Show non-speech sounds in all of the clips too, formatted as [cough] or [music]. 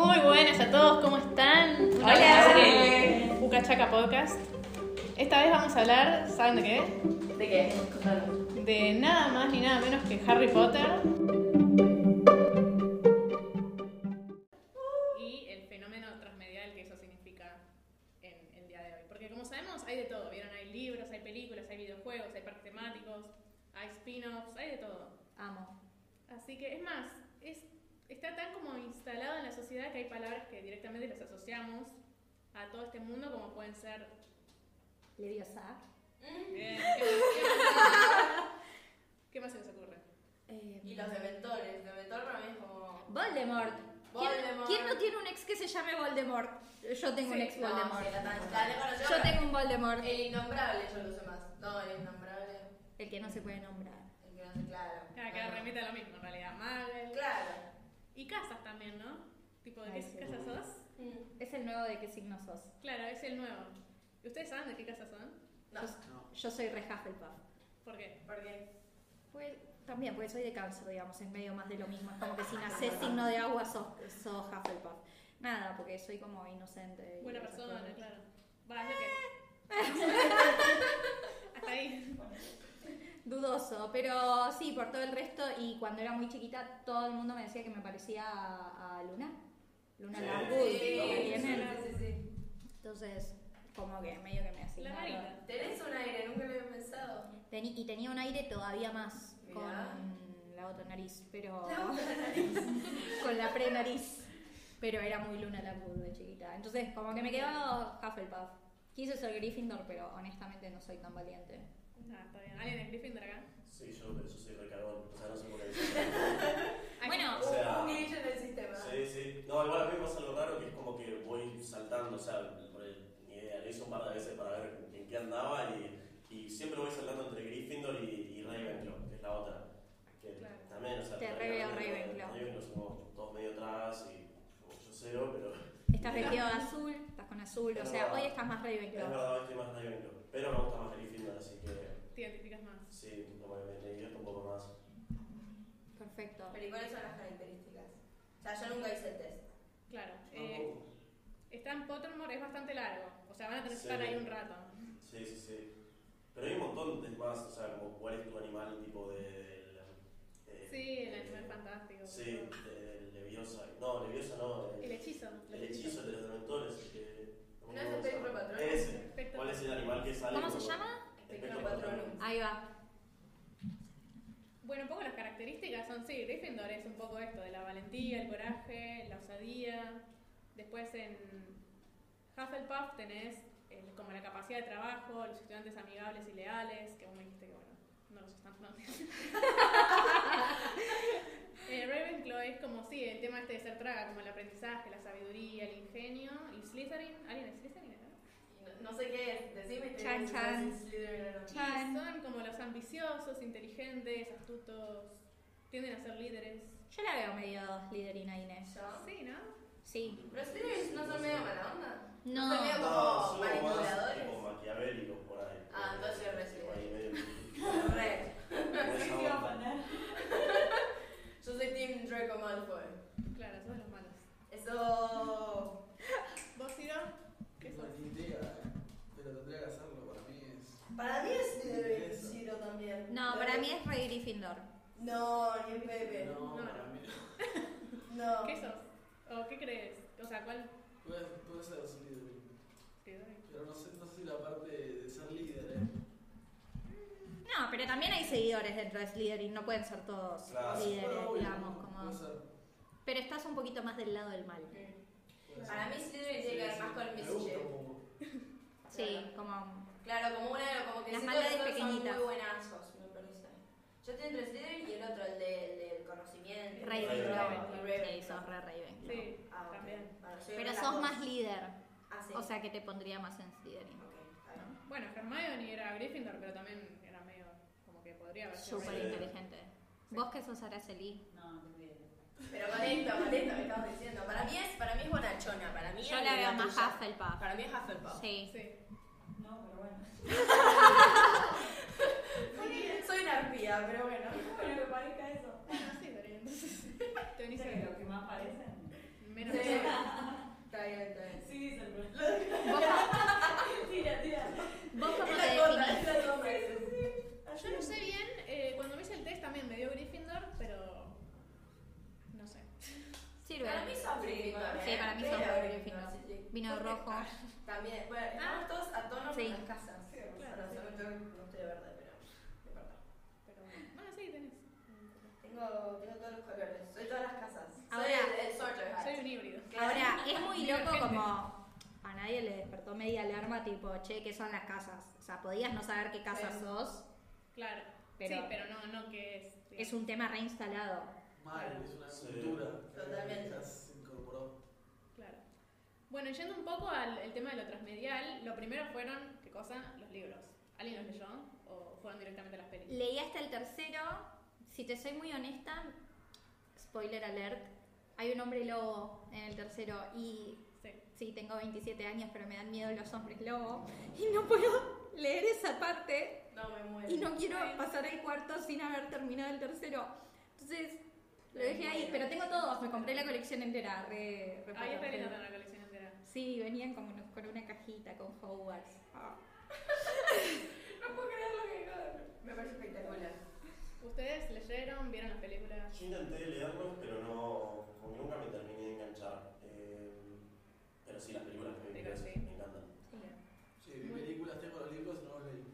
a todos, ¿cómo están? Una Hola. vez más en el Ucachaca Podcast. Esta vez vamos a hablar, ¿saben de qué? ¿De qué? De nada más ni nada menos que Harry Potter. Y el fenómeno transmedial que eso significa en el día de hoy. Porque como sabemos, hay de todo. Vieron, hay libros, hay películas, hay videojuegos, hay parques temáticos, hay spin-offs, hay de todo. Amo. Así que es más, es, está tan como instalado en la sociedad que hay palabras que directamente las asociamos a todo este mundo como pueden ser... Leviosa. Mm. eh, ¿Qué más, qué más- qué más se nos ocurre? Eh, Y los dementores. Dementor para mí es como. Voldemort. ¿Quién, Voldemort. quién no tiene un ex que se llame Voldemort? Yo tengo un ex No, Voldemort. sí, la tan- la tengo, la Eh. yo tengo un Voldemort. El innombrable yo lo uso más. No, el innombrable. El que no se puede nombrar. El que no se claro. Ah, Cada Ah, que remite a lo mismo en realidad, Marvel. Claro. Y casas también, ¿no? Tipo, ¿de qué Ay, sí. casas sos? Mm. Es el nuevo de qué signo sos. Claro, es el nuevo. ¿Y ustedes saben de qué casas son? No. Yo, yo soy re Hufflepuff. ¿Por qué? ¿Por qué? Pues, también, porque soy de cáncer, digamos, es medio más de lo mismo. Es como que [laughs] si nacés signo de agua sos, sos Hufflepuff. Nada, porque soy como inocente. y Buena esas persona, cosas. claro. Va, es lo [laughs] que... Hasta ahí. Dudoso, pero sí, por todo el resto. Y cuando era muy chiquita, todo el mundo me decía que me parecía a, a Luna. Luna Sí. Lovegood, sí, que sí, viene. sí, sí, sí. Entonces, como que medio que me La asignaron. marina. Tenés un aire, nunca lo había pensado. Teni- y tenía un aire todavía más Mirá. con la otra nariz, pero La otra nariz. [laughs] con la pre-nariz. Pero era muy Luna Lovegood de chiquita. Entonces, como que me quedaba Hufflepuff. Quise ser Gryffindor, pero honestamente no soy tan valiente. No, Ah, está bien. ¿Alguien es Gryffindor acá? Sí, yo por eso soy recagón. O sea, no sé por qué decirlo. Ay, Bueno, O sea, Un glitch en el sistema. sí, sí. No, igual a mí me pasa lo raro que es como que voy saltando. O sea, por el- ni idea. Lo hice un par de veces para ver en qué andaba y, y siempre voy saltando entre Gryffindor y, y Ravenclaw, que es la otra. Que Claro. también, o sea, Te todavía reveo no- Ravenclaw. Ravenclaw somos todos medio atrás y como yo cero, pero. estás vestido de azul, estás con azul, o sea, hoy estás más Es Ravenclaw. verdad, estoy más Ravenclaw. Pero me gusta más Gryffindor, así que Te identificas más. sí, como que me, me divierto un poco más. Perfecto. Pero ¿y cuáles son las características? O sea, yo nunca hice el test. Claro. Eh, está en Pottermore, es bastante largo. O sea, van a tener que estar Sí. ahí un rato. Sí, sí, sí. Pero hay un montón de más, o sea, como cuál es tu animal tipo de... de- de- Sí, el de- animal fantástico. Sí, de- de leviosa. No, leviosa no. El El, hechizo. el hechizo de los dementores. que- No es el Espectro Patronum. Ese. Perfecto. ¿Cuál es el animal que sale? ¿Cómo se como- llama? Espectro Patronum. Ahí va. Bueno, un poco las características son, sí, Gryffindor es un poco esto, de la valentía, el coraje, la osadía. Después en Hufflepuff tenés el- como la capacidad de trabajo, los estudiantes amigables y leales, que vos me dijiste que bueno, no los están tomando. [laughs] Eh, Ravenclaw es como, sí, el tema este de ser traga, como el aprendizaje, la sabiduría, el ingenio. Y Slytherin, ¿alguien es Slytherin acá? No, no sé qué es. Decime. y te Chan, digo si chan. es Slytherin o no. Y Chan. son como los ambiciosos, inteligentes, astutos, tienden a ser líderes. Yo la veo medio liderina Inés. Yo. Sí, ¿no? Sí. ¿Los Slytherins no son medio mala onda? No. Son medio No, como son como más manipuladores. tipo maquiavélicos por ahí. Ah, entonces yo re Tipo ahí [laughs] medio- Re. [laughs] Con esa onda. Yo soy Team Draco Malfoy. Claro, son los malos. Eso. ¿Vos, Ciro? ¿Qué No, sos? ni idea, eh. pero tendría que hacerlo, para mí es... Para mí es Slytherin, Ciro también. No, para mí es Rey Gryffindor. No, ni en Pepe. No, no. para mí No. ¿Qué sos? ¿O qué crees? O sea, ¿cuál? Puede, puede ser su líder, eh. pero no sé, no sé si la parte de ser líder, ¿eh? No, pero también hay seguidores dentro de Slytherin, no pueden ser todos Claro. líderes, Ah, Bueno, obvio, digamos, Puede como... ser, Pero estás un poquito más del lado del mal. puede ser. Para mí Slytherin tiene que ver más con Me gusta mischief. un poco. Sí, como... Claro, como una de como que Las sí, maldades todos son pequeñitas. muy buenazos, me parece. Yo estoy entre Slytherin y el otro, el, de, el del conocimiento. Rey Ravenclaw. Y Ravenclaw. Ravenclaw. Sí, sos re Ravenclaw. Sí, Ah, ok. también. Bueno, soy una Pero de las sos dos. más líder, Ah, sí. o sea que te pondría más en Slytherin. Ok, está bien. Bueno, Hermione era Gryffindor, pero también era medio como que podría haber sido. Súper Sí. inteligente. ¿Vos qué sos Araceli? Pero con esto, con esto me estabas diciendo. Para mí es, para mí es bonachona, para mí Yo es la veo tuya. más Hufflepuff. Ah, Para mí es Hufflepuff. Sí. Sí. No, pero bueno. Soy una arpía, pero bueno. Bueno, que parezca eso. Bueno, sí, pero entonces. Te venís a Dice que lo que más parecen. menos. Sí. eh, sirve. Para mí son Sí, Gryffindor. sí, ¿eh? para mí son Pero Gryffindor. sí, sí. Vino rojo. También, bueno, Ah. estamos todos a tono Sí. con las casas. Sí, Bueno, claro, sí. solamente no estoy de verde, pero no importa. Pero bueno, bueno, sí, tenés. Tengo, tengo todos los colores, soy todas las casas. Ahora- soy el, el Soldier Hat. Soy un híbrido. Ahora, es muy Mira, loco gente. como a nadie le despertó media alarma tipo, che, ¿qué son las casas? O sea, podías no saber qué casa Sí. sos, Claro. Pero- sí, pero no, no que es. es un tema reinstalado. Mal, es una Sí. cultura. que Totalmente. ya se incorporó. Claro. Bueno, yendo un poco al el tema de lo transmedial, lo primero fueron, ¿qué cosa? Los libros. ¿Alguien los leyó? ¿O fueron directamente a las películas? Leí hasta el tercero, si te soy muy honesta, spoiler alert, hay un hombre lobo en el tercero y Sí. sí, tengo 27 años, pero me dan miedo los hombres lobo y no puedo leer esa parte No me muero. y no quiero pasar el cuarto sin haber terminado el tercero. Entonces, lo dejé ahí, pero tengo todos, me compré la colección entera, re, re Ahí está potente. leyendo la colección entera. Sí, venían como en- con una cajita con Hogwarts. Ah. No puedo creer lo que digo. Me parece espectacular. ¿Ustedes leyeron, vieron las películas? Yo intenté leerlos, pero no, como que nunca me terminé de enganchar. Eh, pero sí, las películas que me, Pero sí. me encantan. Sí, vi películas, tengo los libros, no los leí.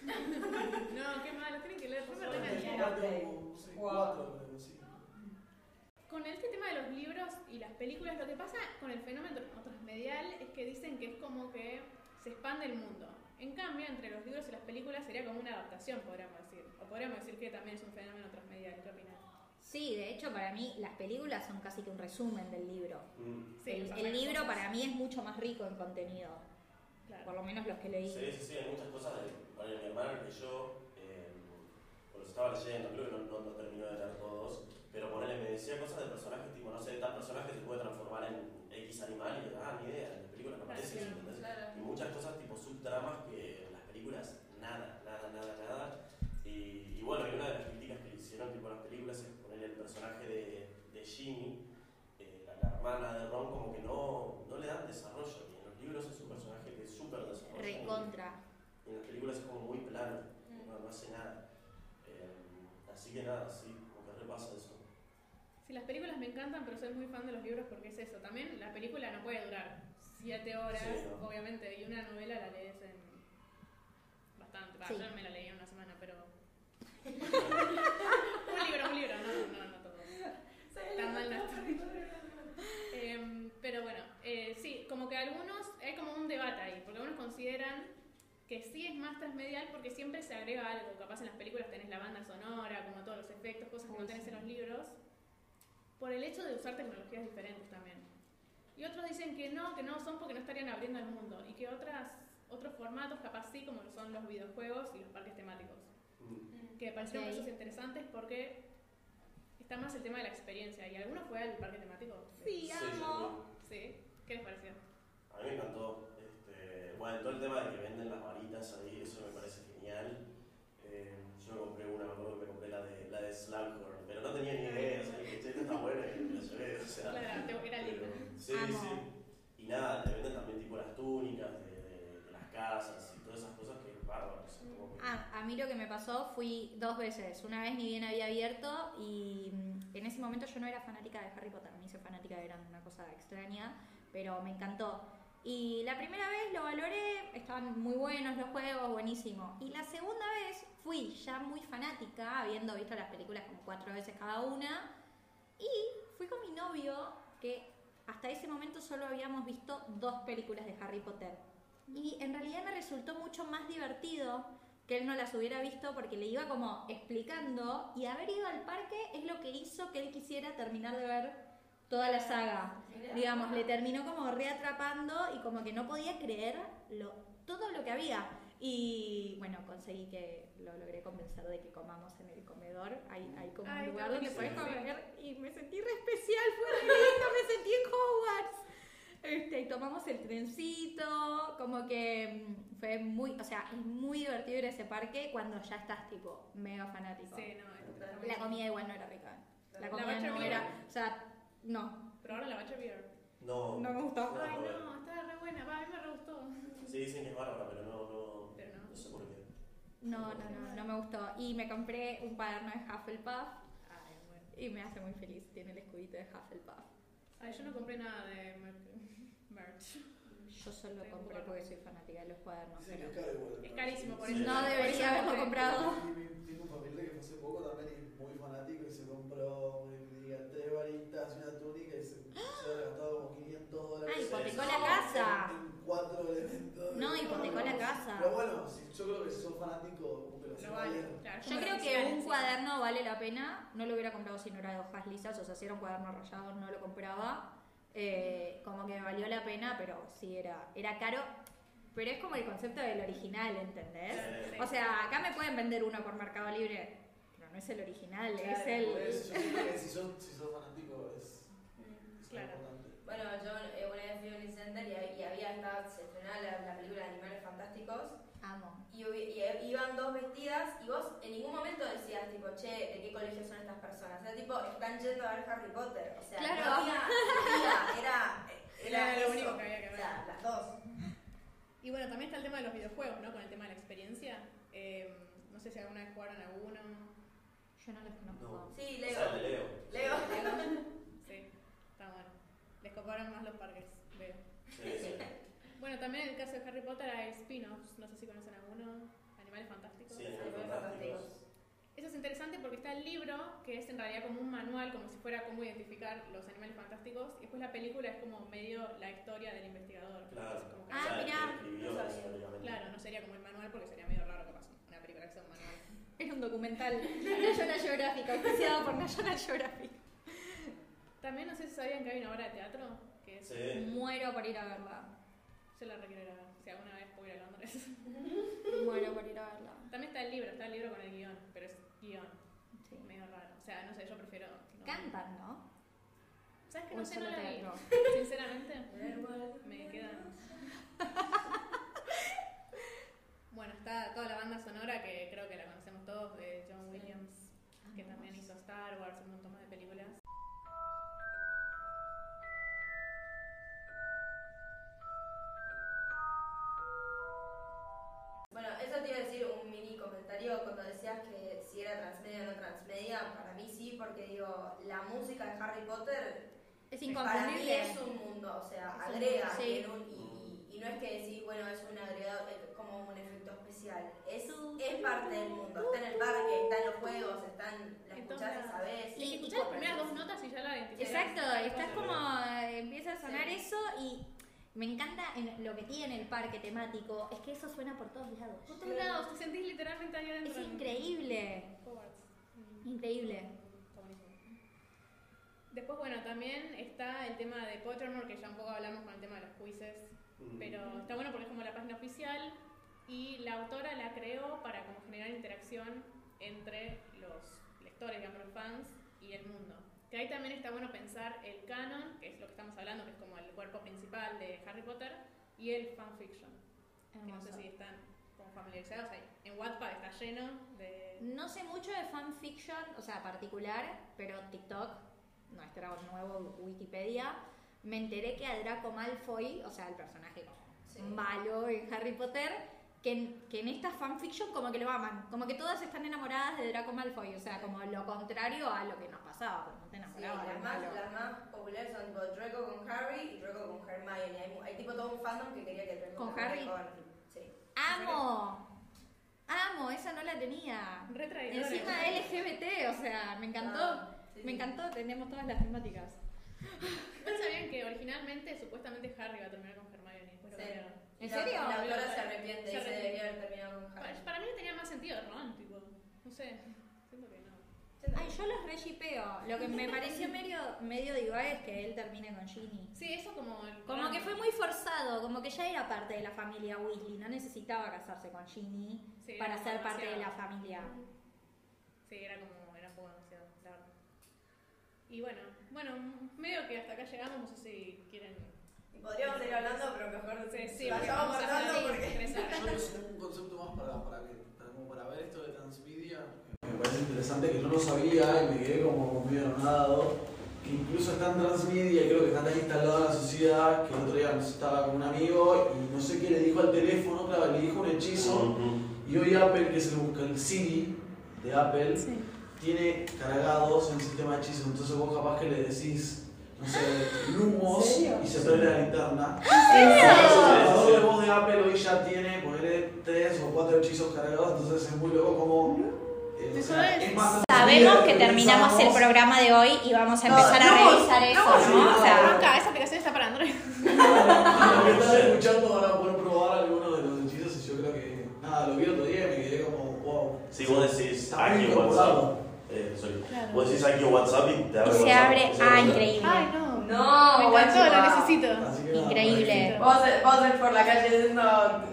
[laughs] No, qué malo, tienen que leer. yo me Solamente tengo que leer. tengo leer. como, no sé, Wow. cuatro, pero sí. Con este tema de los libros y las películas, lo que pasa con el fenómeno transmedial es que dicen que es como que se expande el mundo. En cambio, entre los libros y las películas sería como una adaptación, podríamos decir. O podríamos decir que también es un fenómeno transmedial. ¿Qué opinan? Sí, de hecho, para mí las películas son casi que un resumen del libro. Mm. el, pasan el libro cosas. para mí es mucho más rico en contenido, por Claro. lo menos los que leí. Sí, sí, sí, hay muchas cosas de para mi hermana que yo, eh, cuando estaba leyendo, creo que no, no, no terminó de leer todos, pero ponele, me decía cosas de personajes tipo, no sé, tal personaje se puede transformar en X animal y ah, ni idea, en las películas no Claro, aparece, claro, ¿entendés? Claro. Y muchas cosas tipo subtramas que en las películas nada, nada, nada, nada. Y, y bueno, y una de las críticas que le hicieron tipo a las películas es poner el personaje de, de Ginny, eh, la, la hermana de Ron, como que no, no le dan desarrollo. Y en los libros es un personaje que súper desarrolla. Recontra. Y en las películas es como muy plano, no, no hace nada. Eh, así que nada, sí, como que repasa eso. Sí, las películas me encantan, pero soy muy fan de los libros porque es eso. También la película no puede durar siete horas, Sí, no. obviamente, y una novela la lees en bastante. Va, Sí. Yo me la leí en una semana, pero... [laughs] un libro, un libro, no, no, no todo. Tan mal no Em, pero bueno, eh, sí, como que algunos, hay como un debate ahí, porque algunos consideran que sí es más transmedial porque siempre se agrega algo, capaz en las películas tenés la banda sonora, como todos los efectos, cosas que no Uy, tenés sí. en los libros, por el hecho de usar tecnologías diferentes también. Y otros dicen que no, que no son porque no estarían abriendo el mundo, y que otras, otros formatos capaz sí, como son los videojuegos y los parques temáticos Mm. que me parecieron Ok. cosas interesantes porque está más el tema de la experiencia. ¿Y alguno fue al parque temático? Sí, Sí, yo amo. creo. ¿Sí? ¿Qué les pareció? A mí me encantó. Este, bueno, todo el tema de que venden las varitas ahí, eso me parece genial. Eh, yo me compré una, me acuerdo que me compré la de, la de Slughorn, pero no tenía ni idea, o sea, que esta está buena y me la llevé, o sea. Claro, tengo que ir al pero- libro. sí, Amo. sí. Y nada, te venden también tipo las túnicas de, de- de las casas y todas esas cosas que es bárbaro. o sea, como que- Ah, a mí lo que me pasó fui dos veces. Una vez ni bien había abierto y mm, en ese momento yo no era fanática de Harry Potter, me hice fanática de Grande, una cosa extraña, pero me encantó. Y la primera vez lo valoré, estaban muy buenos los juegos, buenísimo. Y la segunda vez fui ya muy fanática, habiendo visto las películas como cuatro veces cada una, y fui con mi novio, que hasta ese momento solo habíamos visto dos películas de Harry Potter. Y en realidad me resultó mucho más divertido que él no las hubiera visto porque le iba como explicando y haber ido al parque es lo que hizo que él quisiera terminar de ver toda la saga. Digamos, le terminó como reatrapando y como que no podía creer lo, todo lo que había. Y bueno, conseguí que lo logré convencer de que comamos en el comedor. Hay, hay como Ay, un lugar qué donde puedes buenísimo. comer y me sentí re especial, fue re lindo, me sentí en Hogwarts. Este, y tomamos el trencito, como que mm, fue muy, o sea, es muy divertido ir a ese parque cuando ya estás tipo mega fanático. Sí, no. es- La comida igual no era rica. La La comida Butcher no Beer. era, o sea, no, Pero ahora la Bacher Beer. No, no me gustó. Ay, no, está re buena. Va, a mí me re gustó. sí dicen que es bárbara, pero no, no, Pero no. no sé por qué. No, no, no, no me gustó. Y me compré un cuaderno de Hufflepuff Ay, bueno. y me hace muy feliz, tiene el escudito de Hufflepuff. Ay, yo no compré nada de merch. merch. Yo solo Tengo compré uno. porque soy fanática de los cuadernos. Dicen que pero- es caro igual. Es carísimo, por Sí. eso. No Por eso debería haberlo compré. comprado. Y mi- Tengo un familiar que fue hace poco también y es muy fanático y se compró, me digan, tres varitas y una túnica y se, se ha gastado como 500 dólares. Ah, hipotecó Sí. ¡Ah! la casa. En cuatro elementos. No, hipotecó la casa. Pero bueno, si yo creo que sos fanático, como que lo No vale. sabés. Claro, Yo creo que un cuaderno vale la pena. No lo hubiera comprado si no era de hojas lisas. O sea, si era un cuaderno rayado, no lo compraba. Eh, como que me valió la pena, pero sí era, era caro. Pero es como el concepto del original, ¿entendés? Sí. O sea, acá me pueden vender uno por Mercado Libre, pero no es el original, es Claro, Por el. eso yo creo que si sos, si sos fanático es, Mm, es Claro. importante. Bueno, yo eh, una vez fui a Unicenter y, y había estado, se estrenaba la, la película de Animales Fantásticos Amo. y, hubi- y eh, iban dos vestidas y vos en ningún momento decías, tipo, che, ¿de qué colegio son estas personas? Era tipo, están yendo a ver Harry Potter. O sea, Claro. no había, había- [laughs] era, era, Era lo eso. único que había que O ver. sea, las dos. Y bueno, también está el tema de los videojuegos, ¿no? Con el tema de la experiencia. Eh, no sé si alguna vez jugaron alguno. Yo no los conozco. Sí, O Leo. sea, el de Leo. Leo. [laughs] Sí, está bueno. Les coparon más los parques, veo. Sí, sí. Bueno, también en el caso de Harry Potter hay spin-offs. No sé si conocen alguno. Animales fantásticos. Sí, Animales Animales Fantásticos. Eso es interesante porque está el libro, que es en realidad como un manual, como si fuera cómo identificar los animales fantásticos. Y después la película es como medio la historia del investigador. Claro. Entonces, como que- Ah, O sea, mirá. que escribió No sabía. eso, básicamente. Claro, no sería como el manual porque sería medio raro que pase una película que sea un manual. Era un documental. National Geographic, auspiciado por National Geographic. También no sé si sabían que hay una obra de teatro que es, Sí. Muero por ir a verla. yo la requiero ir a ver, si alguna vez puedo ir a Londres. [laughs] Muero por ir a verla. También está el libro, está el libro con el guión, pero es guión, Sí. medio raro. O sea, no sé, yo prefiero... no. Cantan, ¿no? ¿Sabes que O no es sé, no solo la vi? teatro. [laughs] Sinceramente, me [laughs] queda... Bueno, está toda la banda sonora que creo que la conocemos todos, de John Sí. Williams, que también hizo Star Wars, un montón más de películas. Bueno, eso te iba a decir un mini comentario cuando decías que si era transmedia o no transmedia. Para mí sí, porque digo, la música de Harry Potter Es para mí inconfundible. es un mundo, o sea, Es un agrega. mundo, sí. en un- y, y- y no es que decís, bueno, es un agregado, es como un efecto especial. Es, es parte del mundo. Está en el parque, está en los juegos, está en, la En todos escuchás y lados. sabés. Y- Y y escuchás las por- primeras dos notas y ya la identificás. Exacto, estás Sí. como. eh, Empieza a sonar Sí. eso y me encanta en lo que tiene el parque temático. Es que eso suena por todos lados. Por todos lados, te sentís literalmente ahí adentro. Es en increíble. Hogwarts. Mm. Increíble. Está buenísimo. Después, bueno, también está el tema de Pottermore, que ya un poco hablamos con el tema de los quizzes, Mm. pero está bueno porque es como la página oficial y la autora la creó para como generar interacción entre los lectores, digamos, los fans y el mundo. Que ahí también está bueno pensar el canon, que es lo que estamos hablando, que es como el cuerpo principal de Harry Potter, y el fanfiction. que No sé Hermoso. si están como familiarizados ahí. En Wattpad está lleno de... No sé mucho de fanfiction, o sea, particular, pero TikTok, nuestro nuevo Wikipedia, me enteré que a Draco Malfoy, o sea, el personaje como Sí. malo en Harry Potter, que en, que en esta fanfiction como que lo aman, como que todas están enamoradas de Draco Malfoy, o sea, como lo contrario a lo que nos pasaba, porque no te Sí, enamorabas del las, más, malo. las más populares son tipo Draco con Harry y Draco con Hermione. Hay, mu- hay tipo todo un fandom que quería que Draco ¿Con fuera Harry? con- Sí. ¡Amo! ¡Amo! Esa no la tenía. Retraidores. Encima LGBT, o sea, me encantó. eh. Ah, sí, Me sí. encantó, teníamos todas las temáticas. ¿Ustedes sabían que originalmente, supuestamente Harry iba a terminar con Hermione? y Después lo Sí. cambiaron? ¿En La- serio? La Se autora se arrepiente y dice arrepiente. debería haber terminado con Harry. Para, para mí no tenía más sentido Ron, tipo, no sé, siento que no. Ay, yo los reshipeo. Lo que me pareció medio, medio diva es que él termine con Ginny. Sí, eso como... el- Como que fue muy forzado, como que ya era parte de la familia Weasley, no necesitaba casarse con Ginny Sí, era para como ser parte de la demasiado. familia. Sí, era como, era un poco demasiado, la verdad. Y bueno, bueno, medio que hasta acá llegamos, no sé si quieren... Y podríamos seguir hablando, pero mejor Sí, sí, vayamos a cortando sí, porque. [laughs] ingresar. Yo no sé, tengo un concepto más para, para, que, para, como para ver esto de transmedia. Me parece interesante que yo no sabía y me quedé como medio anonadado. Que incluso está en transmedia y creo que está tan instalado en la sociedad que el otro día estaba con un amigo y no sé qué le dijo al teléfono, claro, le dijo un hechizo. Mm, Y hoy Apple, que es el, busca- el Siri de Apple, tiene cargados un sistema de hechizos. Entonces vos capaz que le decís, no [laughs] sé, lumos ¿En serio? y se prende la linterna. El serio? procesador de voz de Apple hoy ya tiene, ponele, tres o cuatro hechizos cargados, entonces es muy loco como... eh, Eso es. más tanto Sabemos video que terminamos el pensamos. programa de hoy y vamos a No, empezar a no, revisar eso, no, ¿no? O sea, Bronca, esa aplicación está para Android. Los que están escuchando van a poder probar algunos de los hechizos y yo creo que. Nada, lo vi otro día y me quedé como, wow. Sí, vos decís Está aquí bien WhatsApp. incorporado. Eh, sorry. Claro. Vos decís aquí WhatsApp y te abre se WhatsApp. abre. O sea, Ah, no sé. increíble. Ay, no. Me No, encantó, guacho, lo guau. necesito. Así que nada, Increíble. Vos, vos ves por la calle diciendo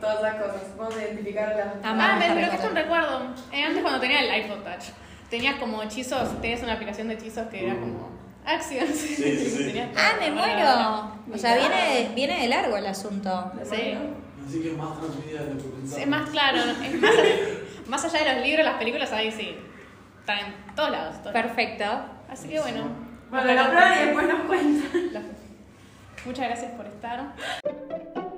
todas esas cosas. Vos identificarlas. Ah, me desbloqueaste un Amamos recuerdo. Eh, antes cuando tenía el iPhone Touch, tenías como hechizos, tenías una aplicación de hechizos que era como actions. [laughs] Mm. Sí, sí, sí. Tenías Ah, me como- muero. O sea, Mirá. viene de, viene de largo el asunto. Sí. Así que es más transmitida de lo que pensaba. Es más claro, es más, más allá de los libros, las películas, ahí sí. Están en todos lados. todos lados. Perfecto. Así que bueno. Bueno, lo prueban y después nos cuentan. Muchas gracias por estar.